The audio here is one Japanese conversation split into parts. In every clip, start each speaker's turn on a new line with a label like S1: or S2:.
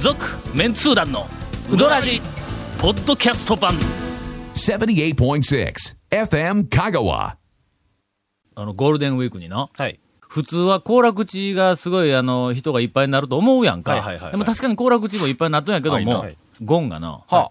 S1: 続メンツー団のウドラジポッドキャスト版
S2: 78.6 FM Kagawa.
S1: あのゴールデンウィークにな
S3: はい。
S1: 普通は行楽地がすごいあの人がいっぱいになると思うやんか、
S3: はいはいはいはい
S1: でも確かに行楽地もいっぱいになったんやけど
S3: はい
S1: も、
S3: はい
S1: ゴンがな、
S3: はあ。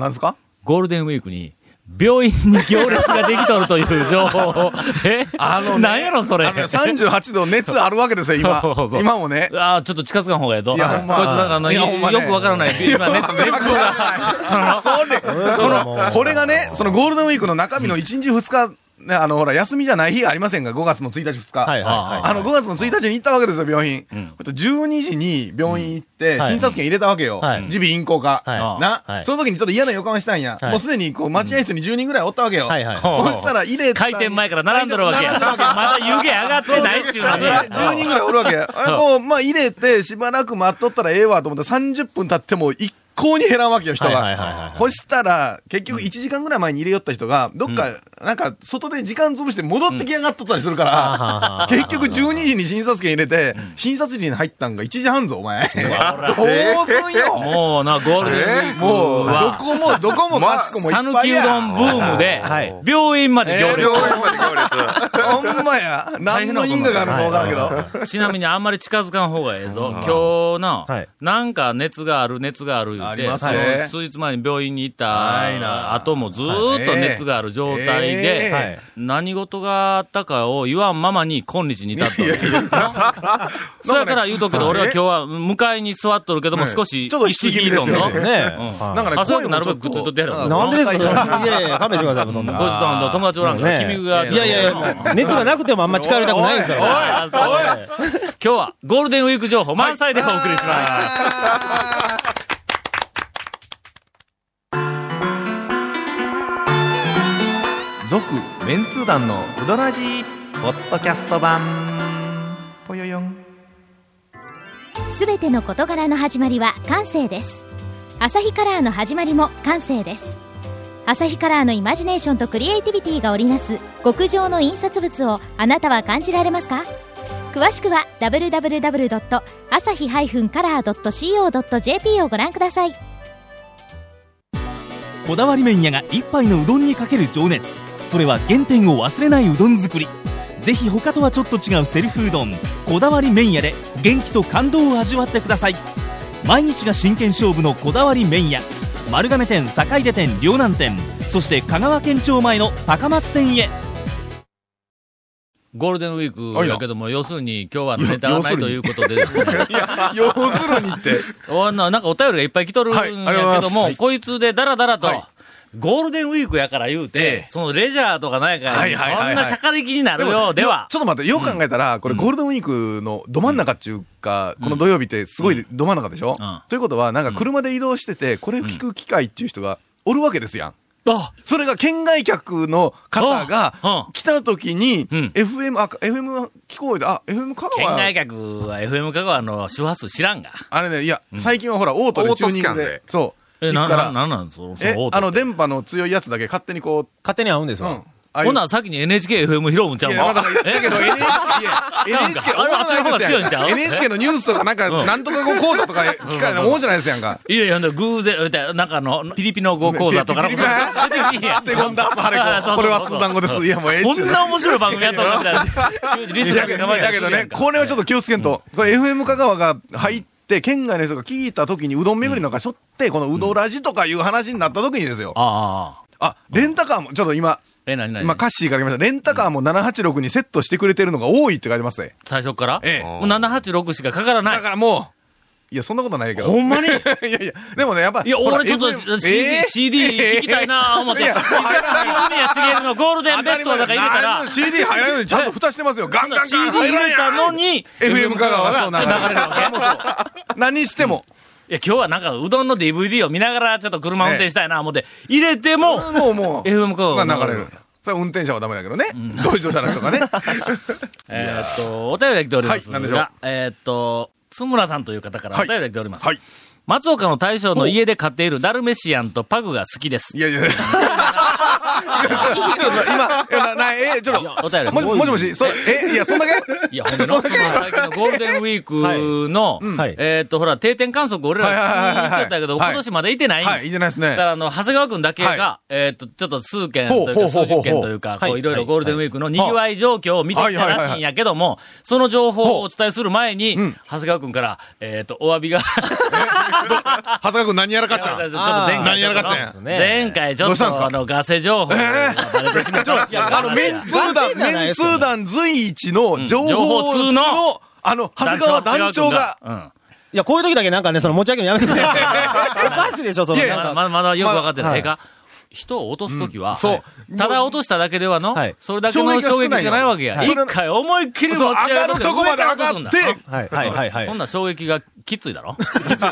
S3: なんですか
S1: ゴールデンウィークに病院に行列ができとるという情報 をえ
S3: あのね
S1: なんやろそれ
S3: あのね38度熱あるわけですよ、今
S1: そうそうそ。う
S3: 今もね。
S1: ああ、ちょっと近づかん方がええと。
S3: いやほんま
S1: こいつなんかあの、
S3: いやほんまね
S1: よくわからない。今、熱熱風 が。
S3: そうね。その、これがね、そのゴールデンウィークの中身の1日2日、ね、あの、ほら、休みじゃない日ありませんが、5月の1日2日。
S4: はいはいはい。
S3: あの、5月の1日に行ったわけですよ、病院。
S1: ん
S3: あと12時に病院行って、
S4: はい
S3: 診察券入れたわけよ
S4: はい。
S3: 耳鼻咽喉科。
S4: はい
S3: な
S4: は、い
S3: その時にちょっと嫌な予感したんや。
S4: はい
S3: もうすでに、こう、待合室に10人ぐらいおったわけよ。
S4: はいはい
S1: ほう
S3: そしたら入れた
S1: 開店前から並んどるわけ や。
S3: 並ん
S1: ま
S3: どるわけ
S1: だ湯気上がってないっちゅうのに。
S3: 10人ぐらいおるわけ。あもう、まあ入れて、しばらく待っとったらええわと思って、30分経っても一向に減らんわけよ、人
S4: はいはいはいはい
S3: が
S4: は。い
S3: ほしたら、結局1時間ぐらい前に入れよった人が、どっか、なんか、外で時間潰して戻ってきやがっとったりするか
S4: あはは
S3: ら
S4: は、
S3: 結局12時に診察券入れて、診察時に入ったんが1時半ぞ、お 前。どうすんよ。
S1: もうな、ゴールデンウィーク
S3: もう、ど
S1: は、
S3: こも、どこもマスコもいっ
S1: 讃
S3: ぱい
S1: 岐う
S3: や。
S1: どんブームで
S4: はい、
S1: 病院まで行
S3: えー
S1: 列。
S3: 病
S5: ここまで行列。
S3: ほんまや。何の因果があるのかわからんけ
S4: はいはい
S3: ど。
S1: ちなみにあんまり近づかん方がええぞ。今日な、
S4: はい
S1: なんか熱がある、熱がある言
S3: あ
S1: う
S3: り
S1: て、
S3: ますね
S1: はい数日前に病院に行った後もずーっと熱がある状態
S3: え
S1: で、
S3: え
S4: はい
S1: 何事があったかを言わんままに今日に至ったの。 そやから言うとくけど、俺は今日は向かいに座っとるけども、
S3: ね
S1: 少し
S3: ちょっと
S1: 椅
S3: 引
S1: 子
S3: き気
S1: 引
S3: 味
S1: い
S3: で
S1: とん
S3: すよ
S1: の。こ
S3: ね
S1: いつうん
S4: ねはい
S3: なんかね、
S1: あそういうの
S3: 声も
S1: なる
S3: ち
S1: べ
S3: ょっ
S1: く
S3: と
S1: グツっと出る
S3: なんか
S4: なんでですか、 それ。いやいや、勘弁してくださいもう、そんな。
S1: どんどん友達おらんから、
S4: ねえ
S1: 君がちょっと
S4: いやいやいや、熱がなくてもあんま近寄りたくないですから。
S1: あそう今日はゴールデンウィーク情報満載でお送りします。
S3: 続メンツー団のウドラジポッドキャスト版ぽよよん
S6: すべての事柄の始まりは感性ですアサヒカラーの始まりも感性ですアサヒカラーのイマジネーションとクリエイティビティが織りなす極上の印刷物をあなたは感じられますか詳しくは www.asahi-color.co.jp をご覧ください
S7: こだわり麺屋が一杯のうどんにかける情熱それは原点を忘れないうどん作りぜひ他とはちょっと違うセルフうどんこだわり麺屋で元気と感動を味わってください毎日が真剣勝負のこだわり麺屋丸亀店坂出店両南店そして香川県庁前の高松店へ
S1: ゴールデンウィークだけども、要するに今日はネタがないということでですね。
S3: いや、要するに って。
S1: おななんかお便りがいっぱい来とるんや
S3: はいあ
S1: け
S3: りがとうござい
S1: ど
S3: ます
S1: も、こいつでだらだらと、
S3: はい
S1: ゴールデンウィークやから言うて、
S3: ええ
S1: そのレジャーとかないから、
S3: はいはいはいはい
S1: そんなしゃかり気になるようでは
S3: ちょ。っと待って、よく考えたら、これゴールデンウィークのど真ん中っていうか、この土曜日ってすごいど真ん中でしょ、
S1: うん
S3: ということは、なんか車で移動してて、これ聞く機会っていう人がおるわけですやん。
S1: あ
S3: それが県外客の方
S1: あ
S3: が
S1: うん
S3: 来た時に、
S1: うん
S3: FM、あ、FM 聞こえて、あ、FM 香
S1: 県外
S3: 川。
S1: 客は FM 香川の周波数知らんが。
S3: あれね、いや、最近はほら、オートでチューニング
S5: オートス
S3: で
S5: キャンで。
S3: そう。
S1: え、
S3: 行
S1: な、
S3: くか
S1: な、
S3: ら
S1: なんなんその、そ
S3: え
S1: の、
S3: あの、電波の強いやつだけ勝手にこ
S4: 勝手に合うんです
S3: う、うん。
S4: わ。
S3: ああいう
S1: ほな、先に NHKFM 拾うんちゃう
S3: い
S1: の
S3: や、まだ言ったけど、
S1: え
S3: NHK、いや NHK、
S1: あれあっちの方が強いんちゃう
S3: NHK のニュースとか、なんか、
S1: うん
S3: なんとか語講座とか、機会の多いじゃないですやんか。
S1: いやいや、偶然、みたいななんかあの、フィリピノ語講座とかなん
S3: フィリピノ
S1: か出てきてんや
S3: ステゴンダースハレ
S1: あ そうそうそう
S3: コ。これはスーダン語です。いや、もうええ
S1: こ
S3: っちゅ
S1: ん
S3: うね
S1: な面白い番組やっとるみたいな。リスナ
S3: だ
S1: ー
S3: け
S1: が構えたり
S3: だけ
S1: す
S3: ど
S1: るやん
S3: ね、
S1: か
S3: これはちょっと気をつけんと。これ FM 香川が入って、県外の人が聞いた時にうどん巡りなんかしょって、このうどラジとかいう話になった時にですよ。
S1: ああ。
S3: あ、レンタカーも、ちょっと今、
S1: え、なになに
S3: 今カッシーから来ました。レンタカーも786にセットしてくれてるのが多いって書いてますね。
S1: 最初から
S3: ええ
S1: もう786しかかからな
S3: だ
S1: い。
S3: からもう、いや、そんなこと ないけど。
S1: ほんまに
S3: いやいや、でもね、やっぱ。
S1: いや、
S3: ほら
S1: 俺ちょっと
S3: FM
S1: CD、
S3: えー
S1: CD 聞きたいなぁ思って。
S3: い
S1: 泉
S3: や
S1: 谷茂のゴールデンベストだから入れたら
S3: 何の、CD 入らないのにちゃんと蓋してますよ。ガンガンガン
S1: CD 入れたのに、
S3: FM 香川がそうな
S1: 流れるわけ。
S3: 何しても。
S1: いや、今日はなんか、うどんの DVD を見ながら、ちょっと車運転したいな、思って、入れても、
S3: もうもう。
S1: FM 香川が
S3: が流れる。それは運転者はダメだけどね。同乗者の人がね。
S1: えーっと、お便りが来ております
S3: はい何でしょう
S1: が、えーっと、津村さんという方からお
S3: はい
S1: 便りが来ております。
S3: はい。
S1: 松岡の大将の家で飼っているダル メシアンとパグが好きです
S3: い。やいや。ちょっと今、いやななえ、え、ちょっ
S1: お便り
S3: と、もしもしもし、それ、え、いや、そんだけ
S1: いや、ほんで、ロックマン最近のゴールデンウィークの、
S4: はい
S1: えーっと、ほら、定点観測俺らしに行っちゃったけど、
S3: はいはいはいはい
S1: 今年までいてないん
S3: はい、いいじゃないです
S1: だか
S3: ね。
S1: ら、あの、長谷川くんだけが、
S3: は
S1: えーっと、ちょっと数件
S3: ほう
S1: というか、
S3: ほうほう
S1: 数
S3: ほう
S1: 十件というか、
S4: はい
S1: こう、いろい
S4: は
S1: ろ
S4: い
S1: ゴールデンウィークの賑わい状況を見てきたらしいんやけども、その情報をお伝えする前に、長谷川くんから、えーっと、お詫びが、
S3: 長谷川君何やら かした
S1: ちょっ
S3: ん
S1: と前回
S3: 何やらかし
S1: ちょっと
S4: そうで
S3: たんや
S4: すね
S1: 前回ちょ
S3: ど
S1: っ
S3: うしたんす
S1: と、
S3: か
S1: あの、ガセ情報がバレてしま ったんですよ。
S4: いや
S3: あの、メンツー団、
S4: 男性じゃない
S3: メン
S4: です
S3: ツ
S4: よね
S3: ー団随一の情
S1: 情
S3: 報
S1: 報
S3: 通
S1: 通
S3: の
S1: の、
S3: あの、長谷川団長が、
S1: うん。
S4: いや、こういう時だけなんかね、その持ち上げるのやめてください。おかしいでしょ、その。
S3: いや
S1: ま
S3: い
S4: な
S1: だ
S4: んか
S1: まだまだよく分かってない。
S4: ま
S1: ええか人を落とすときは、
S3: んそう
S1: はいただ落としただけではの、
S4: はい
S1: それだけの衝撃しかないわけや。
S3: 衝撃
S1: 一
S3: が少ないの
S1: 回思いっきり持ち
S3: そう、
S1: 上
S3: 上
S1: げ
S3: がるとこまで上がって、
S4: はいはいはいはい
S1: こん。な衝撃がきついだろ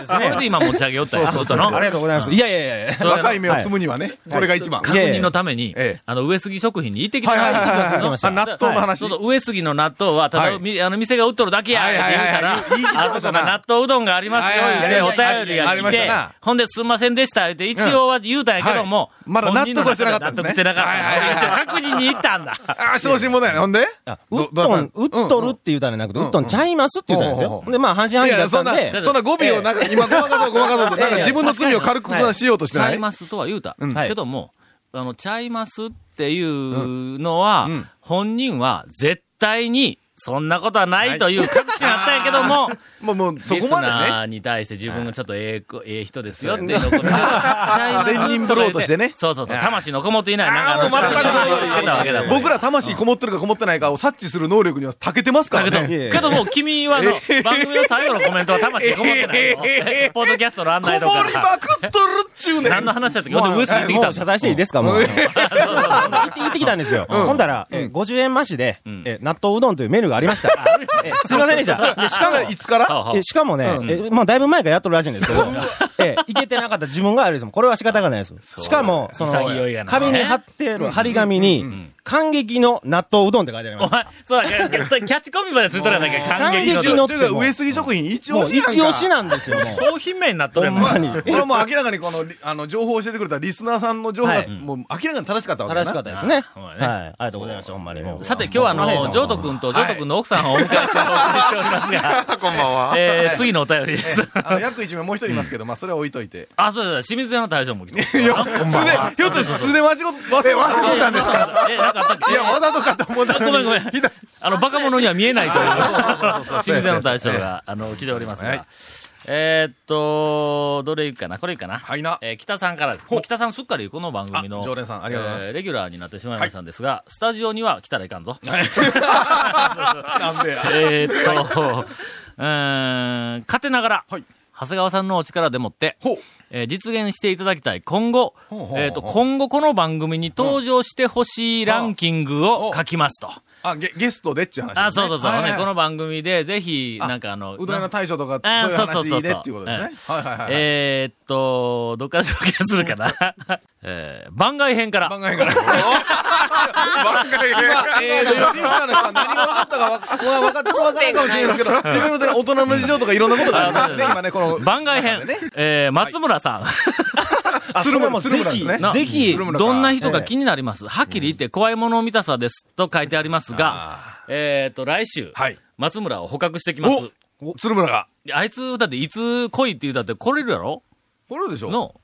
S1: それで今持ち上げよったやそうしたの
S4: ありがとうございます。いやいやいやいや。
S3: 若い目を摘むにはね、これが一番。
S1: 確認のために、
S3: ええ
S1: あの、上杉食品に行ってきた
S3: はいはいはい
S1: 行ってき
S3: は
S1: ま
S3: い。
S1: し
S3: あ
S1: た
S3: 納豆の話。
S1: そうそう上杉の納豆は、ただ、
S3: はい
S1: みあの、店が売っとるだけや、
S3: はいはいはいは
S1: っ
S3: い
S1: て言う
S3: 言い切
S1: か
S3: っ
S1: ら、
S3: てま
S1: あ
S3: し
S1: そ
S3: た
S1: こ
S3: な
S1: 納豆うどんがありますよ、
S3: はいはいはい
S1: 言うてお便り
S3: はい
S1: が
S3: ありま
S1: 来
S3: した
S1: て
S3: な、
S1: ほんで、すんませんでした、言って、一応は言うたんやけども、
S3: うんはいまだ納得はしてなかったんですね
S1: 本人の中で納得してなかった。一応確認に行ったんだ。
S3: ああ、昇進問題ね。ほんで
S4: あウ
S3: ど
S4: ッ
S3: ど
S4: ド
S3: うや
S4: ン
S3: っ、た
S4: ウッドルって言うたんじゃなくて、ウッドンちゃいますって言ったんです
S3: ほうほう
S4: よ
S3: ほ。
S4: で、まあ、半信半
S3: い
S4: 疑
S3: やい
S4: だった
S3: や、
S4: ん
S3: そんな
S4: で、、
S3: そんな語尾をなんか、今、ごまかそう、ごまかそうと、なんか自分の罪を軽くさしようとして
S1: ちゃ
S3: ないい
S1: ますとは言うた。
S3: うん
S4: はい
S1: けども、あの、ちゃいますっていうのは、
S3: うんうん
S1: 本人は絶対に、そんなことはないという確信あったんやけども、
S3: もう、も う、そこまで
S1: リス
S3: ね。
S1: ナーに対して自分がちょっとええ子、ええ人ですよっていうのを込めて、社員さん
S3: 善人ぶろうとしてね
S1: そうそうそう、魂のこもっていない、なん
S3: あ
S1: か
S3: ーもう全く
S1: そういうのをつけたわけだもん。
S3: 僕ら魂こもってるかこもってないかを察知する能力には長けてますか
S1: だけど、
S3: ら ね。
S1: けどもう君はの、番組の最後のコメントは魂こもってないよ
S3: ええ。
S1: ポッドキャストの案
S3: こ
S1: 内とか
S3: もりま
S1: ら。
S3: くっとるっちゅうねん。
S1: 何の話だったっけほんで、ウエス行ってき
S4: も
S1: た
S4: う謝罪していいですか、もう。 行って行ってきたんですよ。ほんだら、えー50円増しで、えー納豆うどんというメニューがありました。えーすいませんでした。でしかも、
S3: いつから
S1: はあはあ
S4: えしかもね、えまあ、だいぶ前からやっとるらしいんですけど、えいけてなかった自分があるですもん。これは仕方がないです。しかも、その
S1: 潔いや、な
S4: 紙に貼ってる張り紙に、感激の納豆うどんって書いてありま
S1: お
S4: す。
S1: 前、そうだ、キャッチコピーまでついとるやないか、感激の。
S3: というか、上杉食品一
S4: もう
S3: 押しやんか。
S4: 一押しなんですよ、もう。
S1: 商品名になっとるやん。
S4: ほんまに
S3: これはもう明らかにこの、りあの、情報を教えてくれたリスナーさんの情報
S4: は
S3: が、
S4: い
S3: もう明らかに正しかったわけだ
S4: 正
S3: な
S4: しかったですね。
S1: ほんま
S4: はい。
S1: やね
S4: ありがとうございました、ほんまにもう。
S1: さて、今日はあ
S4: もうそ
S1: の、
S4: の
S1: ジョート君とジョート君の奥さんをお迎えしてお送りしておりますが、
S5: こんばんは。
S1: えー、次のお便りです。
S3: あの、約一名もう一人いますけど、まあ、それは置いといて。
S1: あ、そうだ、そうだ清水屋の大将も来て。
S3: いや、素で、ひょっとして素で間違っ、忘れ忘れてたんですか
S1: え、なんかあったっけ
S3: いや、わざとかと思った
S1: ごめんごめん。あの、バカ者には見えないという
S3: そう、
S1: 清水屋の大将が、あの、来ております
S3: はい
S1: が。えーっと、どれ行くかなこれ行くかな
S3: はいな
S1: えー北さんからです。
S3: ほ
S1: もう北さんすっかりこの番組の
S3: あ、常連さんありがとうございます
S1: えーレギュラーになってしまいましたんですが、スタジオには来たらいかん ぞ。
S3: なんでや。
S1: えーっと、 うーん、勝手ながら、
S3: はい
S1: 長谷川さんのお力でもって、
S3: ほう。
S1: えー実現していただきたい今後
S3: ほうほう、
S1: えーっと、今後この番組に登場してほしいランキングを
S3: うん
S1: 書きますと。
S3: あ、ゲ、ゲストでっちゅう話ですね。
S1: あ、そうそうそう。
S3: は
S1: ほ
S3: い
S1: ん
S3: はい
S1: でこの番組で、ぜひ、なんかあの、
S3: うどん屋の大将とか、
S1: あ
S3: そういう
S1: そうそう
S3: 話
S1: そう
S3: い
S1: そ
S3: いうねっていうことですね。はいはいはいはい。
S1: えーっと、どっから紹介するかな。 えー番外編から。
S3: 番外から。番外から。えーと、今、リスナーの人は何が分かったかわわ分かって分からんかもしれないですけど、いろいろとね大人の事情とかいろんなことがありますね、今ね、この。
S1: 番外編、
S3: ね
S1: えー松村さん。
S4: あ、そ
S3: 鶴
S4: れ
S3: 村
S4: も
S3: 鶴
S4: ぜ
S3: 村で
S4: ひ、
S3: すね
S4: ぜひ、
S3: 鶴村か
S1: どんな人が気になります、はっきり言って、怖いもの見たさですと書いてありますが、えーっと、来週、
S3: はい
S1: 松村を捕獲してきます。
S3: お鶴村が。
S1: あいつ、だって、いつ来いって言うたって来れるやろ
S3: これでしょ
S1: の、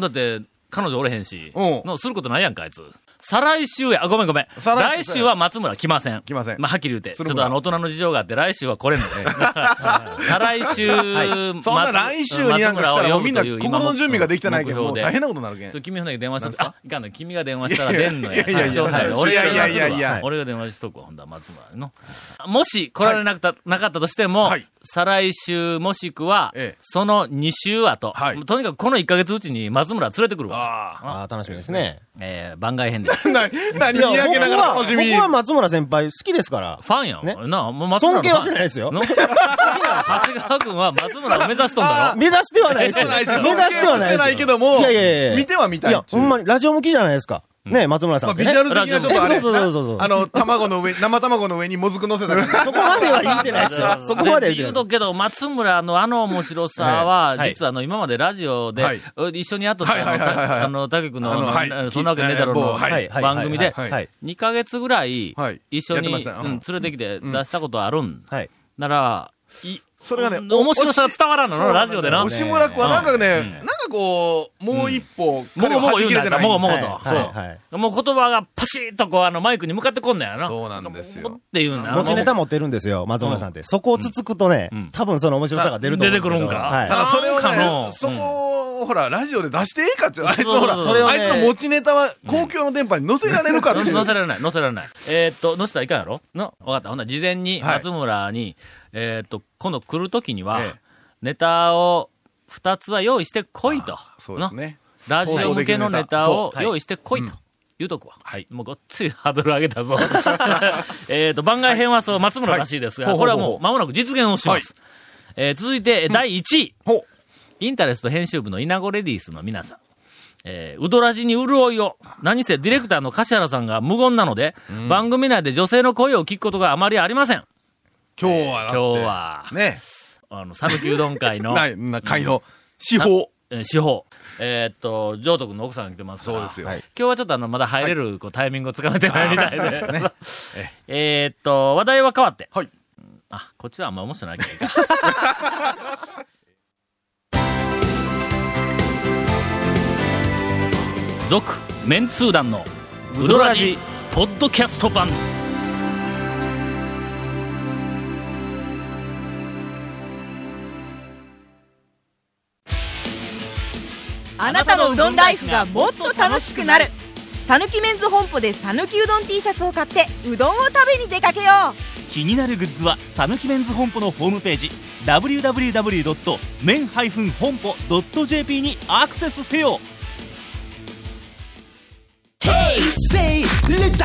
S1: だって、彼女おれへんし、
S3: うん
S1: の、することないやんか、あいつ。再来週や、あ、ごめんごめん。
S3: 再来週
S1: 来週は松村来ません。
S3: 来ません
S1: まあ、はっきり言って。ちょっ
S3: 鶴村
S1: とあの、大人の事情があって、来週は来れんの です。再来週、松
S3: そんな来週になんか来たらもうみんな心の準備ができてないけど、もう大変な
S1: こ
S3: ことになるけん
S1: と。。君のだけ電話したんです
S3: なん
S1: あ、いかんの、君が電話したら出んのや。
S3: いやいやいや
S1: 最初なんで俺が
S3: いやいやいや
S1: 電話するわ
S3: いやいやいやいや
S1: 俺が電話しとくわ、ほんだ松村の。もし来られなくた、なかったとしても、
S3: はい
S1: 再来週もしくは、
S3: ええ
S1: その2週後、
S3: はい
S1: とにかくこの1ヶ月うちに松村連れてくるわ。
S3: あ
S4: あー楽しみですね。
S1: えー番外編です。
S3: あ。な、何見上げながら楽しみ。
S4: 僕は松村先輩好きですから。
S1: ファンやん。
S4: ね
S1: なあ、もう松村のファン
S4: 尊敬はしてないです よ
S1: の長谷川君は松村を目指しとんだろ
S4: 目指してはないです
S3: して
S4: よ。
S3: ないし、
S4: 目指してはないですよ。
S3: けども、
S4: いやいやいや
S3: 見ては見たい
S4: いや、
S3: っちゅ
S4: ほ
S3: うん
S4: まに、ラジオ向きじゃないですか。ね、松村
S3: ま
S4: さ
S3: あ、
S4: んって
S3: ビ
S4: ね
S3: ジュアル的にはちょっとあれ。
S4: そうそうそうそうそう
S3: あの、卵の上に、生卵の上にもずく乗せ たか ら。
S4: そこまでは言ってないですよ。そこまでは言ってない
S1: 言
S4: で
S1: う
S4: す
S1: と。くけど、松村のあの面白さは、
S4: はい
S1: 実はあの、今までラジオで、
S3: はい
S1: 一緒にやっとった
S3: は
S1: あ
S3: いはいはいはいはい
S1: の、あの、竹君の、あ
S3: あ
S1: の
S3: のはい
S1: そんなわけねえだろう
S3: えー
S1: の、
S3: 某はい
S4: はいはい
S1: 番組で
S4: はいはい。
S1: 2ヶ月ぐらい
S3: はい、
S1: 一緒に、
S3: やってました
S1: う
S3: うん
S1: ん、連れてきて出したことあるん。
S4: はい。
S1: なら、い
S3: それがね
S1: お面白さが伝わらんの
S3: そう
S1: な、ラジオでな。
S3: 押し村君はなんかね、なんかこう、もう一歩、彼
S1: も
S3: は
S1: うもう
S3: 走り切れてないん
S1: 言うな
S3: ですよ
S1: もうもう
S4: はい
S1: そう
S4: はいはい
S1: もう言葉がパシッとこう、あの、マイクに向かってこんのやな。
S3: そうなんですよ
S1: っていうんだ
S4: 持ちネタ持ってるんですよ、松村さんって。そこをつつくとね
S1: ん、
S4: 多分その面白さが出ると思うんですけど。
S1: 出てくるんか
S4: はい
S3: ただそれ
S1: な
S3: を
S1: んかの
S3: ね、そこを、ほら、ラジオで出していいかっていう、あいつのほら、
S1: そうそうそう
S3: あいつの持ちネタは公共の電波に載せられるかっていう。
S1: 載せられない、載せられない。えーっと、載せたらいかんやろの、わかった。ほんなら事前に
S3: はい
S1: 松村に、えーっと、今度来るときには
S3: ええ、
S1: ネタを2つは用意してこいと。
S3: そうですね。
S1: の。ラジオ向けのネタ
S3: 放
S1: を
S3: 送できるネタそう
S1: 用意してこいと。言うとくわ。
S3: はい
S1: もうごっついハードル上げた ぞ。えーっと、番外編はそう、松村らしいですが、
S3: はい
S1: こ
S3: ほう
S1: れ
S3: ほ
S1: は
S3: うほ
S1: も
S3: う
S1: う間もなく実現をします。えー続いて、第1位。
S3: ほう。
S1: インタレスト編集部の稲子レディースの皆さん。えー、ウドラジに潤いを。何せディレクターの柏原さんが無言なので、番組内で女性の声を聞くことがあまりありません。
S3: 今日はだって、
S1: 今日は、
S3: ね、
S1: あの、讃岐うどん会の、
S3: ない、な、会の、司法。
S1: えー司法。えーっと、上徳の奥さんが来てますから。
S3: そうですよはい
S1: 今日はちょっとあの、まだ入れる、こう、タイミングをつかめてないみたいで。 えーっと、話題は変わって。
S3: はい。
S1: あ、こっちはあんま面白ないけ ど。続、メンツー団の、ウドラジ、ポッドキャスト版。
S5: あなたのうどんライフがもっと楽しくなるさぬきメンズ本舗でさぬきうどん T シャツを買ってうどんを食べに出かけよう
S7: 気になるグッズはさぬきメンズ本舗のホームページ www.men-honpo.jp にアクセスせよ
S8: Say little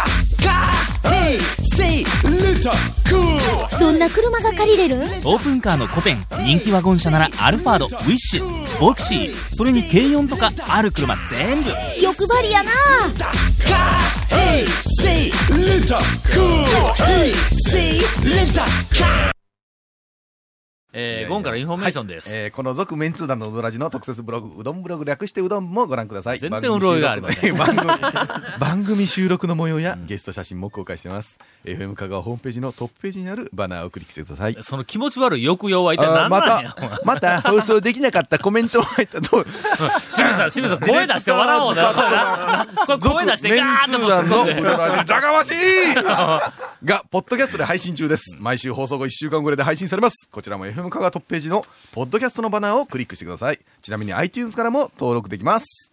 S8: car. Hey, say little cool.
S6: どんな車が借りれる
S7: オープンカーの古典人気ワゴン車ならアルファードウィッシュボクシーそれに軽4とかある車全部
S6: 欲張りやな
S8: Hey, say little cool. Hey, say little car.
S1: えー、ゴンからインフォメーションです。
S3: えーこの続メンツー団のうどらじの特設ブログ、うどんブログ略してうどんもご覧ください。
S1: 全然潤いがありませ
S3: 番組収録の番 組番組収録の模様やゲスト写真も公開してます。FM 香川ホームページのトップページにあるバナーをクリックしてください。
S1: その気持ち悪い抑揚は一体
S3: あー
S1: 何
S3: ま
S1: なんや、お前
S3: た、また放送できなかったコメントを入ったと、
S1: 清水さん、清水さん、声出して笑おうな。これ ななこれ声出してガ
S3: メン
S1: ーッ
S3: ツ
S1: とこう
S3: ー
S1: 突っ
S3: 団
S1: 込
S3: の
S1: んで
S3: うどらじ、じゃがましいが、ポッドキャストで配信中です。毎週放送後1週間ぐらいで配信されます。こちらも FM 香川トップページの、ポッドキャストのバナーをクリックしてください。ちなみに iTunes からも登録できます。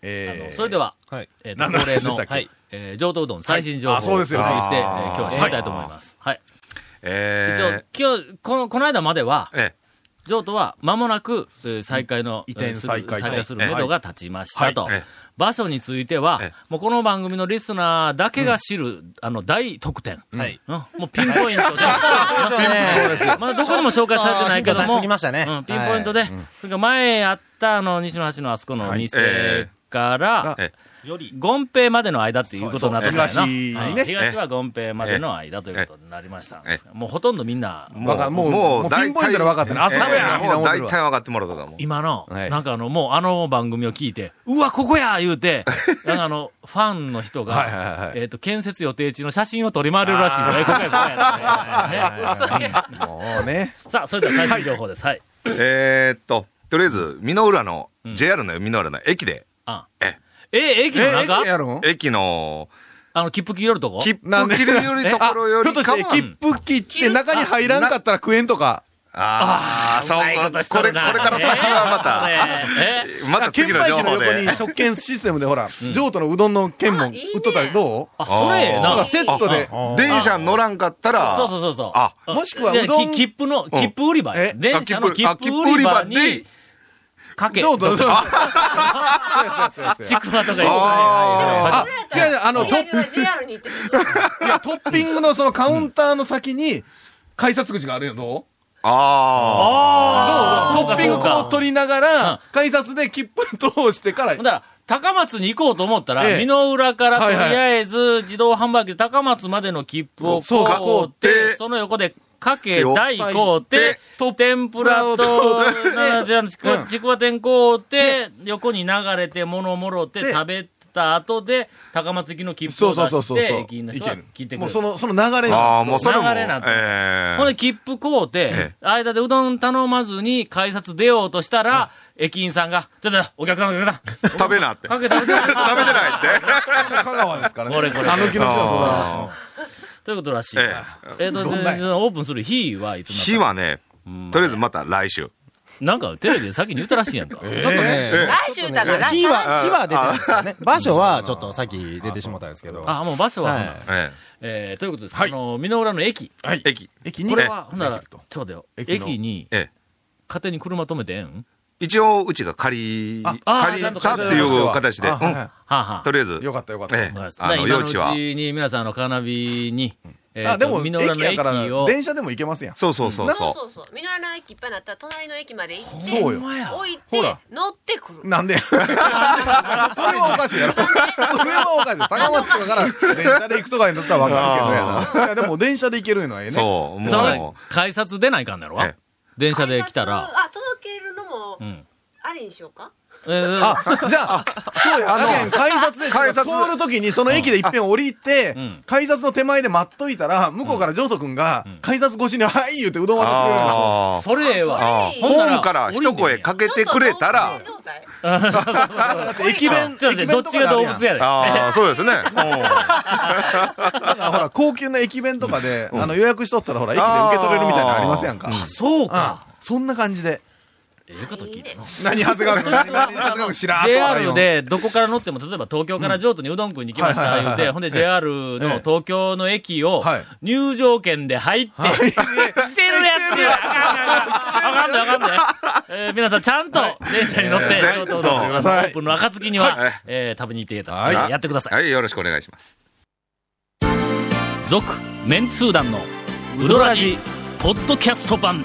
S3: えー
S1: それでは、
S4: はい
S1: えーと、
S3: 何の
S1: 恒例
S3: 話で
S1: の、
S3: したっけ
S1: はいえー上等うどん最新情報を
S3: あそうですよ
S1: お送りして、えー
S3: あー
S1: 今日は知りたいと思います。はい。
S3: え
S1: 一
S3: ー
S1: 応、今日、この、この間までは、
S3: え
S1: 上都は間もなく、えー再開の、
S3: 移転
S1: えーする
S3: 再開
S1: 再開する
S3: はい
S1: めどが立ちましたと
S3: はいええ。
S1: 場所については
S3: ええ、
S1: もうこの番組のリスナーだけが知る、あの、大特典。
S4: はい
S1: うんもうピンポイントで。まだどこにも紹介されてないけど
S4: ちょっとヒント出し
S1: も。
S4: すぎましたね
S1: うんピンポイントで。それから前やった、あの、西の橋のあそこの
S9: はい
S1: 店
S9: え
S1: から、
S9: え
S1: 権平までの間っていうことになってたんやな。
S3: そうそう東にね
S1: うん東は権平までの間ということになりました
S9: え。
S1: もうほとんどみんな、
S3: わかもうもうピンポイントで分かってるあそこや
S9: もう大体分かってもらっただもん。
S1: 今の、
S3: はい
S1: なんかあの、もうあの番組を聞いて、うわ、ここや言うて、なんかあの、ファンの人が、
S3: はいはいはいはい
S1: えっ、と、建設予定地の写真を撮り回れるらしいですね。ここや、ここや、ねね
S3: もうね。
S1: さあ、それでは最新情報です。はい。
S9: えー、っと、とりあえず、美濃浦の、JR の美濃浦の駅で、
S1: あ
S9: え
S1: え、駅の中、
S3: るん
S9: 駅の、
S1: あの、切符切れるとこ
S9: 切符切れよりところよ
S3: ひょっ
S9: り
S3: と
S9: か
S3: して、
S9: は、
S3: 切符切って中に入らんかったら食えんとか。
S9: ああ、そうか、これ、これから先は
S1: えーえー
S9: また、また
S3: 券
S9: 次の
S3: 売
S9: 情
S3: 機の
S9: 報
S3: 横に
S9: で。
S3: 食券システムでほら、譲渡のうどんの券も売
S5: あいいね
S3: っとったらどう
S1: あ、それええ
S9: あ
S1: な
S9: ー。
S3: セットで。
S9: 電車乗らんかったら、
S1: そうそうそうそう。
S9: あ、
S3: もしくは
S1: で
S3: うどん
S1: き切符の、切符売り場や
S3: え
S1: 電車の切
S9: あ
S1: 符売り場
S9: 切符売り
S1: に、かけ、
S3: 譲渡 の。そうそうそうそう
S1: ちくわとかいっぱい
S3: あ
S1: あ、
S3: 違う違う、あの、
S5: と
S3: ト
S5: りあ
S3: ッ
S5: えずは JR に行ってしまう
S3: いやトッピングのそのカウンターの先に、改札口があるよ、どう
S1: あ
S9: あ
S1: あ
S3: トッピングこう取りなが
S1: うん
S3: ら、改札で切符通してから
S1: ほん、だら、高松に行こうと思ったら、
S3: ええ
S1: 美濃浦からと
S3: はい
S1: り
S3: はい
S1: あえず自動販売機で高松までの切符を
S3: そうそう
S1: こう
S9: 買う
S1: て、
S9: て
S1: その横で、かけ、
S9: 手を
S1: 大こうて、天ぷら と、なじゃあちくわ
S3: うん
S1: ちくわ天こうて、横に流れて、物もろて、
S3: で
S1: 食べた後で、高松行きの切符
S3: そ
S1: を
S3: うそう
S1: 出
S3: そう
S1: し
S3: そうそう
S1: て、駅員の人は聞いてく
S3: も
S1: れる
S3: うそ。のその流れ
S9: あ。
S3: に
S9: ああ、もうそれも。
S1: 流れなんて
S9: ええ
S1: ほんで、切符買うて
S9: え、
S1: 間でうどん頼まずに改札出ようとしたら、駅員さんが、ちょっと、お客さん、お客さん、
S9: 食べなって。
S1: か
S9: 食
S1: け食べて
S9: べてないって。
S3: 香川ですからね。
S1: これこれ
S3: 讃岐の人は
S1: ということらしい。
S9: え
S1: えっと、
S3: どんな
S1: でオープンする日はいつなの
S9: 日はね、とりあえずまた来週。
S1: なんかテレビで先に言ったらしいやんか。
S4: ちょっとね、
S5: 来週だから、
S4: 火は、
S9: あ
S4: 火は出てるんですよね。場所は、ちょっとさっき出てしまったんですけど。
S1: あ、もう場所は、
S4: はい
S1: ほな
S9: え
S1: えーということです。
S3: はい
S1: あの、美濃浦の駅。
S3: そはい
S9: え。駅。
S3: 駅に
S1: これは、
S3: え
S1: ほんなら、
S3: 駅
S1: ちょ
S3: と
S1: っと待てよ。
S3: 駅の
S1: 駅に、
S9: ええ。
S1: 勝手に車止めてええん
S9: 一応、うちが借り、
S1: あ
S9: 借
S1: ちゃんと
S9: りたっていう形で、
S3: あ
S9: う
S3: はいは
S9: ん。
S1: はあ、はあ
S9: と。りあえず
S3: い。よ、かったよかった。
S9: ええ
S1: わかりまし、た
S9: あの、
S1: 今
S9: 用
S1: のうち
S9: 地は。
S1: に、皆さん、あの、カーナビに、えー
S3: あ、で
S1: と
S3: も、
S1: 美
S3: 駅
S1: 濃浦の
S3: やから
S1: 駅を、、
S3: 電車でも行けますやん。
S9: そうそうそう
S10: そう
S9: そ
S10: そうそう。ミノラの駅いっぱいになったら、隣の駅まで行って、
S3: そうよ
S1: ほんまや
S10: 置いて
S3: ほら、
S10: 乗ってくる。
S3: なんでそれはおかしいやろ。それはおかしい。高松とかから電車で行くとかになったらわかるけどやな。いや、でも電車で行けるのはええ
S9: う。
S3: ね。
S9: そう、
S1: その
S9: も
S1: 改札出ないかんだろ、
S9: ええ
S1: 電車で来たら。
S10: あ、届けるのも
S1: う、ん。
S10: ありにしようか。
S1: えー
S3: あ、じゃあ、そうや、あの、改札で、
S9: 改札
S3: 通るときに、その駅で一遍降りて
S1: うん、
S3: 改札の手前で待っといたら、向こうからジョート君が、改札越しに、はい言うてうどん
S9: う、
S3: 渡してくれるの
S9: ああ
S1: それええわ。
S9: ああ
S1: ほん
S9: ホ
S1: なら
S9: ームから一声かけてくれたら
S10: ち、ょっと同棲状態
S3: だって駅弁、
S1: ちょっと待って、
S3: 駅
S1: どっ
S3: 弁と
S1: ち
S3: か
S1: が
S3: であ
S1: 動
S3: るやん
S1: 物やで。
S9: ああ、そうです ね。
S3: なんかほら、高級な駅弁とかで、あの、予約しとったら、ほら、駅で受け取れるみたいなのありますやんか。
S1: そうか。
S3: あそんな感じで。
S1: ええこと聞いた。
S3: 何、長谷川君、何、長谷川君、知らん。
S1: JR でどこから乗っても、例えば東京から譲渡にうどん食いに来まし
S3: はい
S1: た
S3: はいはい
S1: 言うて、ほんで JR の東京の駅を
S3: はい
S1: 入場券で入って、来てるやつあかんないあかんないあかんないあかんないえー皆さんちゃんと電車に乗って、
S9: えー
S1: 譲渡うどん
S9: そう
S1: オープンの暁には、
S9: はい
S1: えー食べに行っていただいて
S9: はい
S1: やってください。
S9: はい、よろしくお願いします。
S1: 続メンツー団のウドラジポッドキャスト版